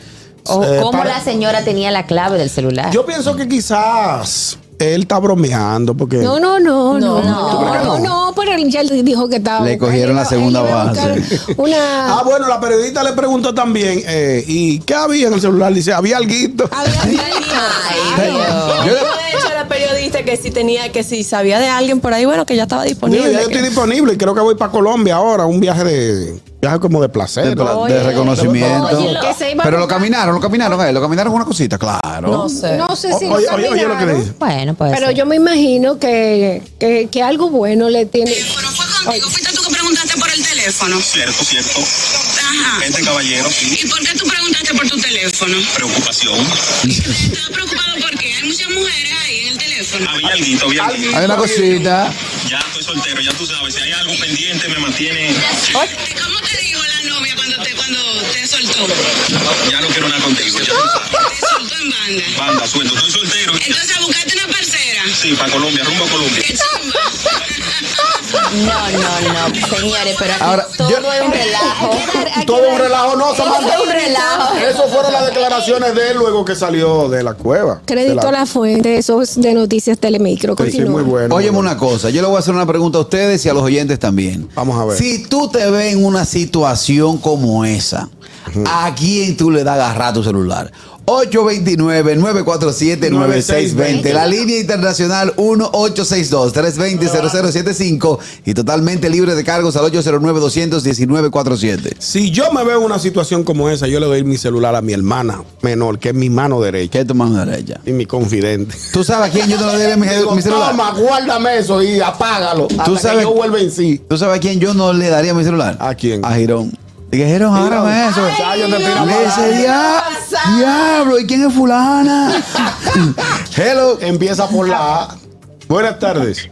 Speaker 5: O
Speaker 3: Eh,
Speaker 5: cómo
Speaker 3: para-
Speaker 5: Ah. la señora tenía la clave del celular.
Speaker 3: Yo pienso que quizás él está bromeando porque.
Speaker 2: No, no, no,
Speaker 4: No,
Speaker 2: no, no, no,
Speaker 3: no.
Speaker 2: no, pero él ya dijo que estaba.
Speaker 1: Le cogieron la
Speaker 2: Él iba-
Speaker 1: segunda
Speaker 2: él iba a buscar
Speaker 1: base.
Speaker 2: Una.
Speaker 3: Ah, bueno, la periodista le preguntó también, eh, ¿y qué había en el celular? Dice, había alguito. *laughs*
Speaker 4: Había
Speaker 1: Ay, Dios.
Speaker 4: Yo le he dicho a la periodista que si tenía, que si sabía de alguien por ahí, bueno, que ya estaba
Speaker 3: Digo,
Speaker 4: disponible.
Speaker 3: ya yo
Speaker 4: que-
Speaker 3: estoy disponible y creo que voy para Colombia ahora, un viaje de viaje como de placer.
Speaker 1: de, pla-
Speaker 3: ¿no?
Speaker 1: de reconocimiento.
Speaker 2: Oye, que se iba a
Speaker 1: Pero lo
Speaker 2: buscar.
Speaker 1: caminaron, lo caminaron, eh, lo caminaron una cosita, claro.
Speaker 4: No sé.
Speaker 2: No sé si
Speaker 3: O-
Speaker 2: lo
Speaker 3: oye, oye, oye lo que le
Speaker 2: caminaron,
Speaker 3: dice.
Speaker 5: Bueno, pues.
Speaker 2: Pero yo me imagino que, que, que algo bueno le tiene.
Speaker 9: teléfono fue contigo, fuiste tú que preguntaste por el teléfono.
Speaker 10: Cierto, cierto.
Speaker 9: Ajá.
Speaker 10: Vente, caballero, sí.
Speaker 9: ¿Y por qué tú preguntaste por tu teléfono?
Speaker 10: Preocupación.
Speaker 9: Estaba preocupado porque hay muchas mujeres ahí en el teléfono.
Speaker 10: Había alguito, había alguito.
Speaker 1: Hay una cosita.
Speaker 10: Ya estoy soltero, ya tú sabes. Si hay algo pendiente, me mantiene.
Speaker 9: ¿Cómo te dijo la novia cuando te, cuando te soltó?
Speaker 10: Ya no quiero nada contigo. Ya tú sabes.
Speaker 9: Te soltó en banda.
Speaker 10: Banda, suelto. Estoy soltero.
Speaker 9: Entonces buscaste una parcera.
Speaker 10: Sí, para Colombia, rumbo a Colombia.
Speaker 9: Qué chimba.
Speaker 5: No, no, no, señores, pero aquí
Speaker 1: Ahora,
Speaker 5: todo
Speaker 3: yo-
Speaker 5: es un relajo.
Speaker 3: Todo un relajo, no, Samantha.
Speaker 5: es un relajo.
Speaker 3: Eso fueron las declaraciones de él luego que salió de la cueva.
Speaker 2: Crédito a
Speaker 3: De
Speaker 2: la fuente, eso es de Noticias Telemicro.
Speaker 3: Sí, sí, muy
Speaker 2: Continúa.
Speaker 3: bueno.
Speaker 1: Óyeme
Speaker 3: muy
Speaker 1: una cosa, yo le voy a hacer una pregunta a ustedes y a los oyentes también.
Speaker 3: Vamos a ver.
Speaker 1: Si tú te ves en una situación como esa, ¿a quién tú le das a agarrar tu celular? 829-947-9620. La línea internacional 1862-320-0075 y totalmente libre de cargos al 809-219-47.
Speaker 3: Si yo me veo en una situación como esa, yo le doy mi celular a mi hermana menor, que es mi mano derecha
Speaker 1: ¿Qué es tu mano derecha?
Speaker 3: y mi confidente.
Speaker 1: ¿Tú sabes a quién yo no le daría mi,
Speaker 3: Digo,
Speaker 1: mi celular?
Speaker 3: Toma, guárdame eso y apágalo. Hasta
Speaker 1: Tú
Speaker 3: que
Speaker 1: sabes-
Speaker 3: yo vuelva en sí.
Speaker 1: ¿Tú sabes a quién yo no le daría mi celular?
Speaker 3: ¿A quién?
Speaker 1: A Girón. Dije, Girón, agárrame eso.
Speaker 3: Chayo, te tira
Speaker 1: Le
Speaker 3: para
Speaker 1: dice,
Speaker 3: adelante.
Speaker 1: "Dia- diablo, ¿y quién es fulana? Hello.
Speaker 3: Empieza por la A. Buenas tardes.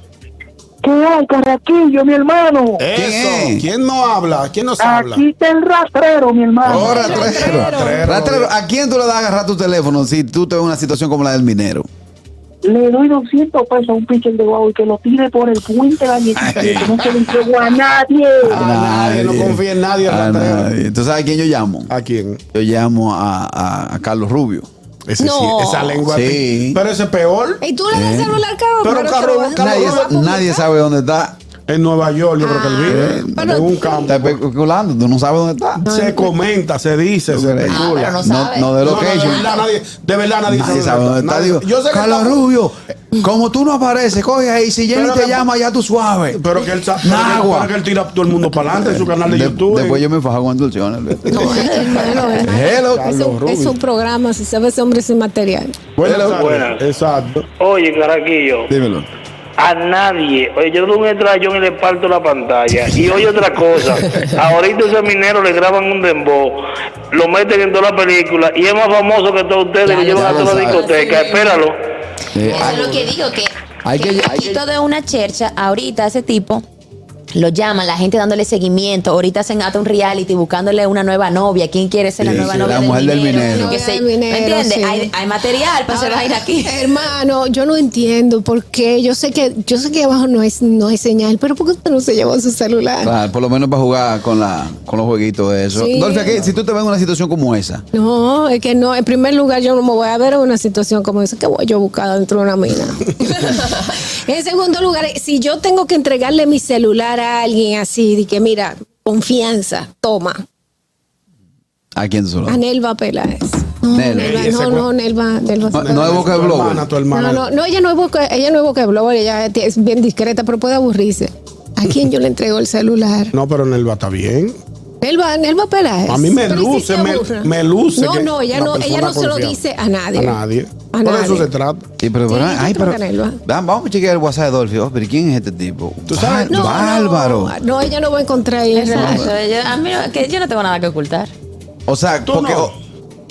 Speaker 7: ¿Qué hay, Carraquillo, mi hermano?
Speaker 3: Eso.
Speaker 1: es?
Speaker 3: ¿Quién no habla? ¿Quién nos habla?
Speaker 7: Aquí está el rastrero, mi hermano.
Speaker 1: Oh, rastrero.
Speaker 3: Rastrero.
Speaker 1: Rastrero, ¿a quién tú le das a agarrar tu teléfono si tú te ves en una situación como la del minero?
Speaker 7: Le doy 200 pesos a un pitcher de guau y que lo tire por el puente de la Ñequita, que no se lo entregó a nadie.
Speaker 3: A nadie, no confía en nadie,
Speaker 1: A
Speaker 3: rastrero.
Speaker 1: nadie. ¿Tú sabes a quién yo llamo?
Speaker 3: ¿A quién?
Speaker 1: Yo llamo a, a- a Carlos Rubio.
Speaker 3: Ese
Speaker 2: No.
Speaker 3: sí, esa lengua.
Speaker 1: Sí.
Speaker 3: Pero ese es peor.
Speaker 2: ¿Y tú le das el celular, Carlos?
Speaker 3: Pero
Speaker 2: te
Speaker 3: Carlos-
Speaker 2: lo vas a-
Speaker 3: Carlos
Speaker 1: Nadie,
Speaker 2: lo vas a publicar.
Speaker 1: nadie sabe dónde está.
Speaker 3: En Nueva York, yo creo que él vive.
Speaker 2: pero-
Speaker 3: en un
Speaker 1: Está
Speaker 3: campo.
Speaker 1: especulando, tú no sabes dónde está.
Speaker 3: Se comenta, se dice, se
Speaker 1: crees?
Speaker 5: Ah,
Speaker 3: especula.
Speaker 5: pero no
Speaker 1: No,
Speaker 5: sabe.
Speaker 1: no de location.
Speaker 3: de verdad nadie, de verdad nadie,
Speaker 1: Nadie sabe dónde está.
Speaker 3: Nadie-
Speaker 1: Digo,
Speaker 3: yo sé que
Speaker 1: Carlos
Speaker 3: está-
Speaker 1: Rubio, como tú no apareces, coge ahí. Si Jenny
Speaker 3: Pero
Speaker 1: te
Speaker 3: que-
Speaker 1: llama, ya tú suave.
Speaker 3: Pero que él sa- pero que-
Speaker 1: Nagua.
Speaker 3: pero que él tira a todo el mundo para adelante en su canal de,
Speaker 1: De-
Speaker 3: YouTube. eh.
Speaker 1: Después yo me fajo con dulciones. *laughs*
Speaker 2: No, ay, hermano, hermano.
Speaker 1: Hello.
Speaker 2: Es un, es un programa, si sabes, hombre sin material.
Speaker 3: Buenas tardes.
Speaker 8: Buenas.
Speaker 3: Exacto.
Speaker 8: Oye, Caraquillo,
Speaker 1: Dímelo.
Speaker 8: a nadie. Oye, yo doy un estrellón y le parto la pantalla. Y oye otra *laughs* cosa. Ahorita esos mineros le graban un dembow, lo meten en toda la película y es más famoso que todos ustedes
Speaker 5: Ya
Speaker 8: que
Speaker 5: lo
Speaker 8: llevan a
Speaker 1: sabe.
Speaker 8: toda la
Speaker 1: Ya lo sabe.
Speaker 8: discoteca. Espéralo.
Speaker 1: Eh,
Speaker 5: Eso
Speaker 1: ay,
Speaker 5: es lo que digo, que,
Speaker 1: Hay que-
Speaker 5: que,
Speaker 1: hay que-
Speaker 5: todo de una chercha, ahorita ese tipo lo llaman, la gente dándole seguimiento, ahorita hacen hasta un reality buscándole una nueva novia, quién quiere ser la
Speaker 1: Sí,
Speaker 5: nueva
Speaker 1: sí, la
Speaker 5: novia del
Speaker 1: mujer del
Speaker 5: minero,
Speaker 1: minero.
Speaker 5: qué sé yo.
Speaker 2: Novia del
Speaker 5: ¿Me
Speaker 2: minero,
Speaker 5: entiendes?
Speaker 2: sí.
Speaker 5: Hay, hay material para hacer
Speaker 2: Ahora,
Speaker 5: vaina aquí.
Speaker 4: eh,
Speaker 2: Hermano, yo no entiendo por qué. Yo sé que yo sé que abajo no es no hay señal, pero ¿por qué usted no se llevó su celular?
Speaker 1: claro, ah, por lo menos para jugar con, la, con los jueguitos de eso.
Speaker 2: Sí.
Speaker 1: Dolphy, ¿a qué- si tú te ves en una situación como esa,
Speaker 2: No, es que no. En primer lugar, yo no me voy a ver en una situación como esa que voy yo buscada dentro de
Speaker 3: *laughs*
Speaker 2: una mina. en segundo lugar, si yo tengo que entregarle mi celular a alguien así, de que mira, confianza, toma.
Speaker 1: ¿a quién tú
Speaker 2: A
Speaker 1: lo
Speaker 2: Nelva Peláez. Ah, No,
Speaker 1: Nelva.
Speaker 2: Nelva,
Speaker 3: Ey, Ah. ese Ah,
Speaker 2: no,
Speaker 3: cu-
Speaker 2: no, Nelva, Nelva.
Speaker 1: No, no es boca de
Speaker 3: tu
Speaker 1: blogger.
Speaker 3: hermana, tu hermana.
Speaker 2: No, no, no, ella no es boca, ella no es boca de blogger, ella es bien discreta, pero puede aburrirse. ¿A quién yo le entrego el celular?
Speaker 3: No, pero Nelva está bien.
Speaker 2: Nelva, Nelva Peláez.
Speaker 3: A mí me
Speaker 2: Pero ¿y si
Speaker 3: luce,
Speaker 2: se
Speaker 3: me-
Speaker 2: aburra?
Speaker 3: me luce
Speaker 2: No,
Speaker 3: que
Speaker 2: no, ella
Speaker 3: la
Speaker 2: no, ella
Speaker 3: persona
Speaker 2: no se lo
Speaker 3: confía.
Speaker 2: dice a nadie.
Speaker 3: A nadie.
Speaker 2: A
Speaker 3: Por eso
Speaker 2: nadie.
Speaker 3: se trata.
Speaker 1: Sí, pero,
Speaker 2: Sí,
Speaker 1: pero-
Speaker 2: yo
Speaker 1: ay,
Speaker 2: creo
Speaker 1: pero,
Speaker 2: que Nelva.
Speaker 1: Da- vamos a chequear el WhatsApp de Dolphy. Oh, pero ¿quién es este tipo?
Speaker 3: Tú sabes-
Speaker 1: Bá-
Speaker 2: No,
Speaker 1: Bárbaro.
Speaker 2: No, no, ella no va a encontrar ahí.
Speaker 5: Exacto, yo, a mí no, que yo no tengo nada que ocultar.
Speaker 1: O sea,
Speaker 3: Tú
Speaker 1: porque.
Speaker 3: no.
Speaker 1: oh,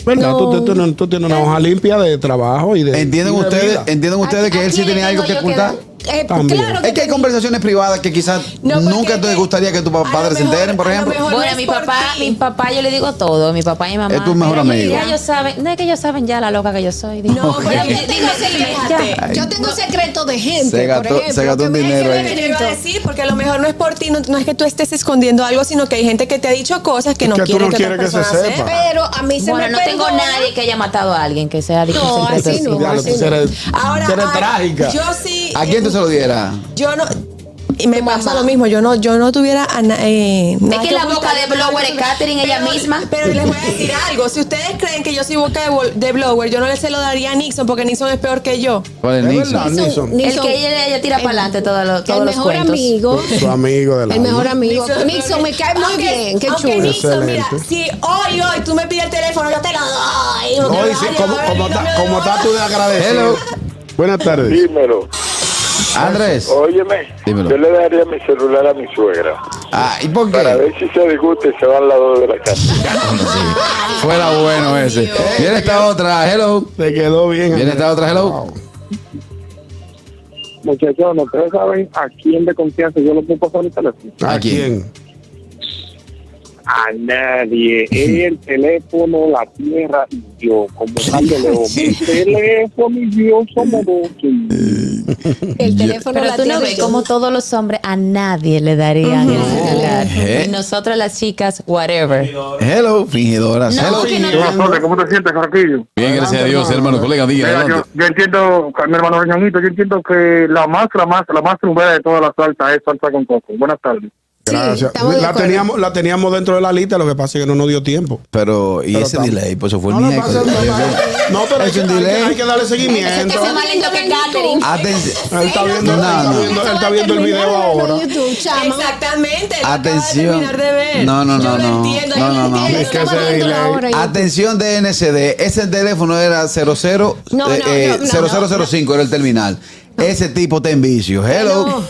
Speaker 3: ¿Verdad?
Speaker 2: No. Eh.
Speaker 3: Tú, tú- tú no- tú tienes una hoja limpia de trabajo y de.
Speaker 1: ¿Entienden
Speaker 3: y de
Speaker 1: ustedes,
Speaker 3: vida.
Speaker 1: entienden ustedes
Speaker 5: ¿A-
Speaker 1: que
Speaker 5: a
Speaker 1: él sí
Speaker 5: quién le
Speaker 1: tenía algo que
Speaker 5: tengo yo
Speaker 1: ocultar?
Speaker 5: dar?
Speaker 2: eh,
Speaker 3: También.
Speaker 2: claro que
Speaker 1: Es que hay conversaciones privadas que quizás
Speaker 2: No, porque
Speaker 1: nunca te gustaría que tus padres se
Speaker 2: mejor-
Speaker 1: enteren, por
Speaker 2: a lo
Speaker 1: ejemplo.
Speaker 2: mejor-
Speaker 5: Bueno, mi papá, mi papá yo le digo todo, mi papá y mi mamá.
Speaker 1: Es tu mejor
Speaker 5: Mira,
Speaker 1: amigo.
Speaker 5: Ya ellos saben, no es que ellos saben ya la loca que yo soy. digo.
Speaker 2: No, pero
Speaker 5: Ya,
Speaker 2: yo
Speaker 5: dime,
Speaker 2: tengo
Speaker 5: dime,
Speaker 2: secretos.
Speaker 5: ya.
Speaker 2: Yo tengo secretos de gente.
Speaker 1: Se gastó-
Speaker 2: por ejemplo,
Speaker 1: se gastó
Speaker 2: que
Speaker 1: un
Speaker 2: me-
Speaker 1: dinero ahí.
Speaker 4: Pero yo iba a decir, porque a lo mejor no es por ti, no, no es que tú estés escondiendo algo, sino que hay gente que te ha dicho cosas que no
Speaker 3: Que tú
Speaker 4: quiere
Speaker 3: no
Speaker 4: que, otra
Speaker 3: quieres que se
Speaker 4: persona
Speaker 3: sepa.
Speaker 2: Pero a mí se
Speaker 5: Bueno,
Speaker 2: me
Speaker 5: no tengo
Speaker 2: perdona.
Speaker 5: nadie que haya matado a alguien que sea de que
Speaker 2: No,
Speaker 5: un secreto
Speaker 2: así no.
Speaker 5: así.
Speaker 3: Ya lo
Speaker 2: así no.
Speaker 3: eres,
Speaker 4: Ahora,
Speaker 3: tú eres
Speaker 4: ah,
Speaker 3: trágica.
Speaker 4: yo sí-
Speaker 1: ¿A quién tú se lo dieras?
Speaker 4: Yo no. Y me pasa
Speaker 2: mamá.
Speaker 4: lo mismo, yo no, yo no tuviera a na- eh, nada
Speaker 5: que la boca de
Speaker 4: ocultar.
Speaker 5: blower es Katherine ella
Speaker 4: Pero-
Speaker 5: misma.
Speaker 4: Pero les voy a decir algo. Si ustedes creen que yo soy boca de, bol- de blower, yo no les se lo daría a Nixon porque Nixon es peor que yo.
Speaker 1: ¿Cuál es
Speaker 3: Es
Speaker 1: Nixon?
Speaker 3: verdad, Nixon.
Speaker 2: Nixon,
Speaker 5: El que ella, ella tira para adelante todos los, todos
Speaker 2: el
Speaker 5: los
Speaker 2: mejor
Speaker 5: cuentos.
Speaker 1: *laughs*
Speaker 2: amigo.
Speaker 3: Su amigo de la
Speaker 2: El mejor amigo.
Speaker 4: Nixon es peor
Speaker 2: Nixon
Speaker 4: que-
Speaker 2: me cae muy
Speaker 4: Aunque-
Speaker 2: bien. Qué
Speaker 4: aunque
Speaker 2: chulo.
Speaker 4: Nixon, mira,
Speaker 3: Excelente.
Speaker 4: si hoy, hoy tú me pides el teléfono, yo te lo doy.
Speaker 3: No,
Speaker 4: te
Speaker 3: y sí,
Speaker 4: vayas,
Speaker 3: como, como,
Speaker 4: Gabriel, no me
Speaker 3: está,
Speaker 4: lo
Speaker 3: como
Speaker 4: doy.
Speaker 3: está tú de agradecido.
Speaker 1: Hello.
Speaker 3: Buenas tardes.
Speaker 8: Dímelo.
Speaker 1: Andrés.
Speaker 8: Óyeme,
Speaker 1: Dímelo.
Speaker 8: yo le daría mi celular a mi suegra.
Speaker 1: Ah, ¿Y por
Speaker 8: Para
Speaker 1: qué?
Speaker 8: ver si se disgusta y se va al lado de la casa.
Speaker 1: Fuera bueno ese. Viene esta otra, hello.
Speaker 3: Te quedó bien.
Speaker 1: Viene
Speaker 3: Andrés.
Speaker 1: esta otra, hello.
Speaker 3: Wow.
Speaker 8: Muchachos, ustedes saben a quién de confianza yo lo puedo pasar el teléfono.
Speaker 3: ¿A
Speaker 1: ¿A quién?
Speaker 3: quién?
Speaker 8: A nadie. El teléfono, la tierra y yo, como Orlando León. *laughs* El teléfono y yo somos dos.
Speaker 2: El teléfono
Speaker 5: Pero
Speaker 2: la
Speaker 5: tú no
Speaker 2: tiene
Speaker 5: ves
Speaker 2: yo.
Speaker 5: como todos los hombres a nadie le darían el celular.
Speaker 1: Ujú.
Speaker 5: Y nosotras las chicas, whatever.
Speaker 1: Eh, Hello, fingidoras. hello.
Speaker 5: No, que no- Buenas
Speaker 8: tardes, ¿cómo te sientes, Jorquillo?
Speaker 1: Bien, gracias a Dios, hermano, colega, diga.
Speaker 8: Mira, yo,
Speaker 1: adelante.
Speaker 8: yo entiendo, mi hermano Reñanito, yo entiendo que la más, la más, la más tumbada de todas las salsas es salsa con coco. Buenas tardes.
Speaker 2: Sí,
Speaker 3: Gracias.
Speaker 2: estamos de
Speaker 3: la,
Speaker 2: acuerdo.
Speaker 3: teníamos, la teníamos dentro de la lista, lo que pasa es que no nos dio tiempo.
Speaker 1: Pero, ¿y
Speaker 3: Pero
Speaker 1: ese
Speaker 3: tam-
Speaker 1: delay? Pues eso fue el
Speaker 3: No, no pasa
Speaker 1: miércoles.
Speaker 3: nada. No, pero hay que,
Speaker 1: Es un
Speaker 3: hay que-
Speaker 1: delay.
Speaker 3: hay que darle seguimiento.
Speaker 2: Ese es más lento que Katherine.
Speaker 1: Atención.
Speaker 3: Él está viendo, él
Speaker 1: No,
Speaker 3: está
Speaker 1: no.
Speaker 3: viendo, él está viendo el video
Speaker 2: Terminarlo en
Speaker 3: ahora.
Speaker 2: YouTube, chama.
Speaker 4: Exactamente. lo acabo de
Speaker 1: Atención.
Speaker 4: terminar de ver.
Speaker 1: No, no,
Speaker 4: Yo
Speaker 1: no,
Speaker 4: lo
Speaker 1: no.
Speaker 4: entiendo,
Speaker 1: No,
Speaker 4: yo lo
Speaker 1: no, no.
Speaker 4: entiendo.
Speaker 3: Es que
Speaker 2: Estamos
Speaker 3: ese
Speaker 2: viendo la
Speaker 3: delay-
Speaker 2: hora y-
Speaker 1: Atención de NCD. Ese teléfono era 00,
Speaker 2: No, no,
Speaker 1: eh,
Speaker 2: no, no,
Speaker 1: 0005, era el terminal. Ese tipo está en vicio. Hello.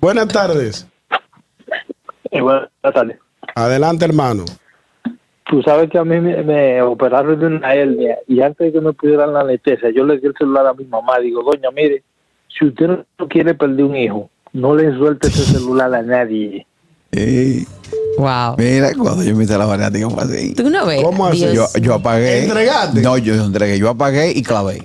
Speaker 3: Buenas tardes.
Speaker 8: buenas tardes.
Speaker 3: Adelante, hermano.
Speaker 8: Tú sabes que a mí me, me operaron de una hernia y antes de que me pudieran la anestesia, yo le di el celular a mi mamá. Digo, doña, mire, si usted no quiere perder un hijo, no le suelte ese celular a nadie.
Speaker 1: Eh,
Speaker 5: Wow.
Speaker 1: mira, cuando yo me hice la fanática fue así.
Speaker 5: Tú no ves.
Speaker 3: ¿Cómo así?
Speaker 5: Dios.
Speaker 1: pues, Yo, yo apagué.
Speaker 3: ¿Entregaste?
Speaker 1: No, yo no entregué. Yo apagué y clavé.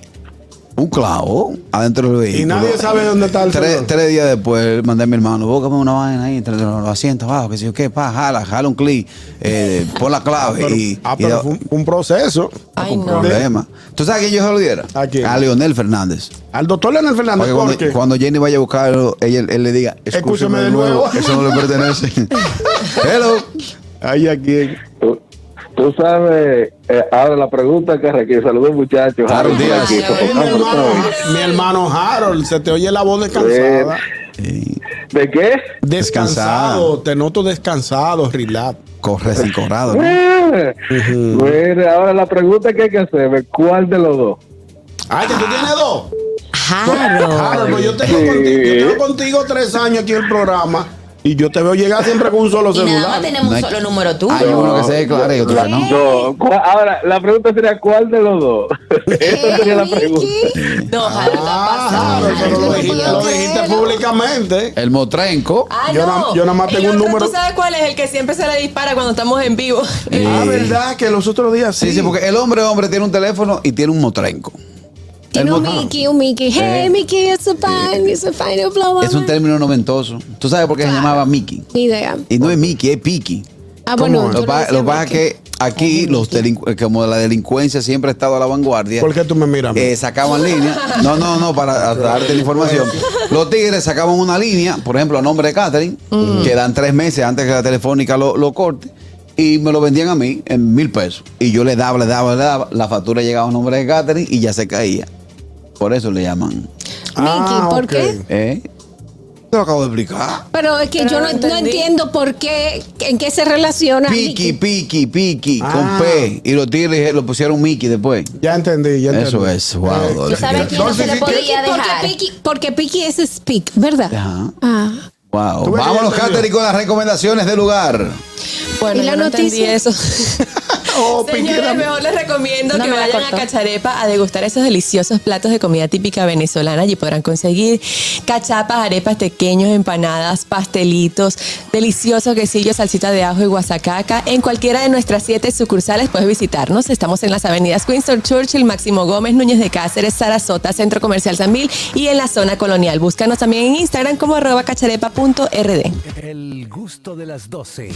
Speaker 1: Un clavo adentro del vehículo.
Speaker 3: nadie sabe dónde está el
Speaker 1: tres,
Speaker 3: celular.
Speaker 1: tres días después mandé a mi hermano, búscame una vaina ahí, entre los, los asientos, abajo, que si yo qué, pa, jala, jala un clic, eh, pon la clave
Speaker 3: *laughs* Pero-
Speaker 1: y,
Speaker 3: ah,
Speaker 1: y
Speaker 3: pero
Speaker 1: da-
Speaker 3: fue un, un proceso.
Speaker 4: Ay,
Speaker 1: un
Speaker 4: no.
Speaker 1: problema. ¿Tú sabes a quién yo se lo diera?
Speaker 3: ¿A quién?
Speaker 1: Leonel Fernández.
Speaker 3: Al doctor Leonel Fernández,
Speaker 1: Porque
Speaker 3: ¿por
Speaker 1: cuando,
Speaker 3: qué?
Speaker 1: cuando Jenny vaya a buscarlo, ella, él le diga, escúchame de nuevo, eso no le pertenece.
Speaker 3: *laughs*
Speaker 1: Hello.
Speaker 3: Ahí aquí.
Speaker 8: Tú, tú sabes, eh, ahora la pregunta que requiere. Saludos, muchachos.
Speaker 1: Claro,
Speaker 8: Harold,
Speaker 1: días.
Speaker 8: aquí,
Speaker 3: Eh, mi,
Speaker 8: soportando
Speaker 3: hermano,
Speaker 8: todo.
Speaker 3: mi hermano Harold, se te oye la voz descansada. Eh,
Speaker 8: ¿De qué?
Speaker 3: Descansado, te noto descansado, relax.
Speaker 1: Corre sin corrado. ¿no?
Speaker 8: Eh, Mira, ahora la pregunta que hay que hacer, ¿cuál de los dos?
Speaker 3: Ay, Ah, que tú tienes dos. Harold,
Speaker 5: Claro.
Speaker 3: pues yo tengo,
Speaker 8: Sí.
Speaker 3: contigo, yo tengo contigo tres años aquí en el programa y yo te veo llegar siempre con un solo
Speaker 5: Y nada más
Speaker 3: celular.
Speaker 5: tenemos
Speaker 1: No
Speaker 5: un
Speaker 1: hay-
Speaker 5: solo número tuyo.
Speaker 1: Hay uno que se declara y otro que no.
Speaker 8: No, ¿cuál- ahora la pregunta sería ¿cuál de los dos? Esa sería la pregunta.
Speaker 5: No, Harold, te ha pasado.
Speaker 3: Ah, Harold, pero lo dijiste, lo dijiste públicamente.
Speaker 1: El motrenco.
Speaker 4: Ah,
Speaker 3: Yo
Speaker 4: no.
Speaker 3: na- yo nada más
Speaker 4: El
Speaker 3: tengo un
Speaker 4: otro,
Speaker 3: número.
Speaker 4: ¿Tú sabes cuál es? El que siempre se le dispara cuando estamos en vivo.
Speaker 3: Ah,
Speaker 1: Eh,
Speaker 3: verdad que los otros días sí.
Speaker 1: Sí, sí, porque el hombre hombre tiene un teléfono y tiene un motrenco.
Speaker 2: Tiene un
Speaker 1: Hermano.
Speaker 2: Mickey, un Mickey. Hey, Mickey, it's a fine, it's a fine, blah, blah,
Speaker 1: Es un
Speaker 2: blah.
Speaker 1: término noventoso. ¿Tú sabes por qué se llamaba Mickey?
Speaker 2: Ni idea.
Speaker 1: Y no es Mickey, es Piki.
Speaker 2: Ah, bueno.
Speaker 1: Lo
Speaker 2: yo
Speaker 1: que
Speaker 2: no
Speaker 1: pasa-
Speaker 2: decía
Speaker 1: lo que pasa es
Speaker 2: Mickey.
Speaker 1: que aquí, los delincu- eh, como la delincuencia siempre ha estado a la vanguardia,
Speaker 3: ¿Por qué tú me miras? a mí?
Speaker 1: eh, sacaban línea. No, no, no,
Speaker 2: *laughs*
Speaker 1: para darte la información. Los tigres sacaban una línea, por ejemplo, a nombre de Catherine, que dan tres meses antes que la telefónica lo, lo corte. Y me lo vendían a mí en mil pesos. Y yo le daba, le daba, le daba. La factura llegaba a nombre de Catherine y ya se caía. Por eso le llaman.
Speaker 3: Ah,
Speaker 2: Mickey, ¿por
Speaker 3: ok.
Speaker 2: qué?
Speaker 1: ¿Eh? Te lo acabo de explicar.
Speaker 2: Pero es que
Speaker 4: Pero
Speaker 2: yo
Speaker 4: no
Speaker 2: no, no
Speaker 4: entendí.
Speaker 2: entiendo por qué, en qué se relaciona.
Speaker 1: Piqui,
Speaker 2: Mickey.
Speaker 1: piqui, piqui,
Speaker 3: Ah.
Speaker 1: con P. Y los tigres lo pusieron Mickey después.
Speaker 3: Ya entendí, ya entendí.
Speaker 1: Eso es,
Speaker 3: Eh,
Speaker 1: wow.
Speaker 5: ¿Tú sabes quién no se le
Speaker 3: Dolphy,
Speaker 2: Piqui,
Speaker 5: podía dejar?
Speaker 2: porque Piqui, porque Piqui es speak, ¿verdad?
Speaker 1: Ajá.
Speaker 2: Ah.
Speaker 1: Wow.
Speaker 3: Tú ves eh,
Speaker 1: Vámonos,
Speaker 3: que ya entendió.
Speaker 1: Katherine, con las recomendaciones del lugar.
Speaker 4: Bueno,
Speaker 2: ¿Y
Speaker 4: yo *laughs*
Speaker 2: la
Speaker 4: no entendí
Speaker 2: noticia?
Speaker 4: eso.
Speaker 3: Oh,
Speaker 4: Señores,
Speaker 3: Pinky,
Speaker 4: mejor les recomiendo
Speaker 5: No
Speaker 4: que
Speaker 5: me la
Speaker 4: vayan a
Speaker 5: cortó.
Speaker 4: Cacharepa a degustar esos deliciosos platos de comida típica venezolana. Allí podrán conseguir cachapas, arepas, pequeños, empanadas, pastelitos, deliciosos quesillos, salsita de ajo y guasacaca. En cualquiera de nuestras siete sucursales puedes visitarnos. Estamos en las avenidas Winston Churchill, Máximo Gómez, Núñez de Cáceres, Sarasota, Centro Comercial San Mil y en la zona colonial. Búscanos también en Instagram como arroba cacharepa.rd.
Speaker 11: El gusto de las 12.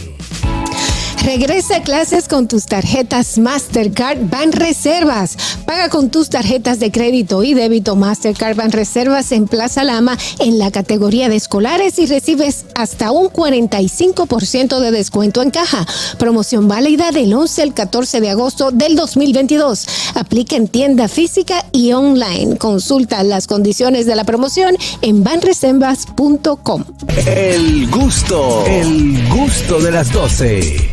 Speaker 2: Regresa a clases con tus tarjetas Mastercard Banreservas. Paga con tus tarjetas de crédito y débito Mastercard Banreservas en Plaza Lama en la categoría de escolares y recibes hasta un 45% de descuento en caja. Promoción válida del 11 al 14 de agosto del 2022. Aplica en tienda física y online. Consulta las condiciones de la promoción en banreservas.com.
Speaker 11: El gusto, el gusto de las 12.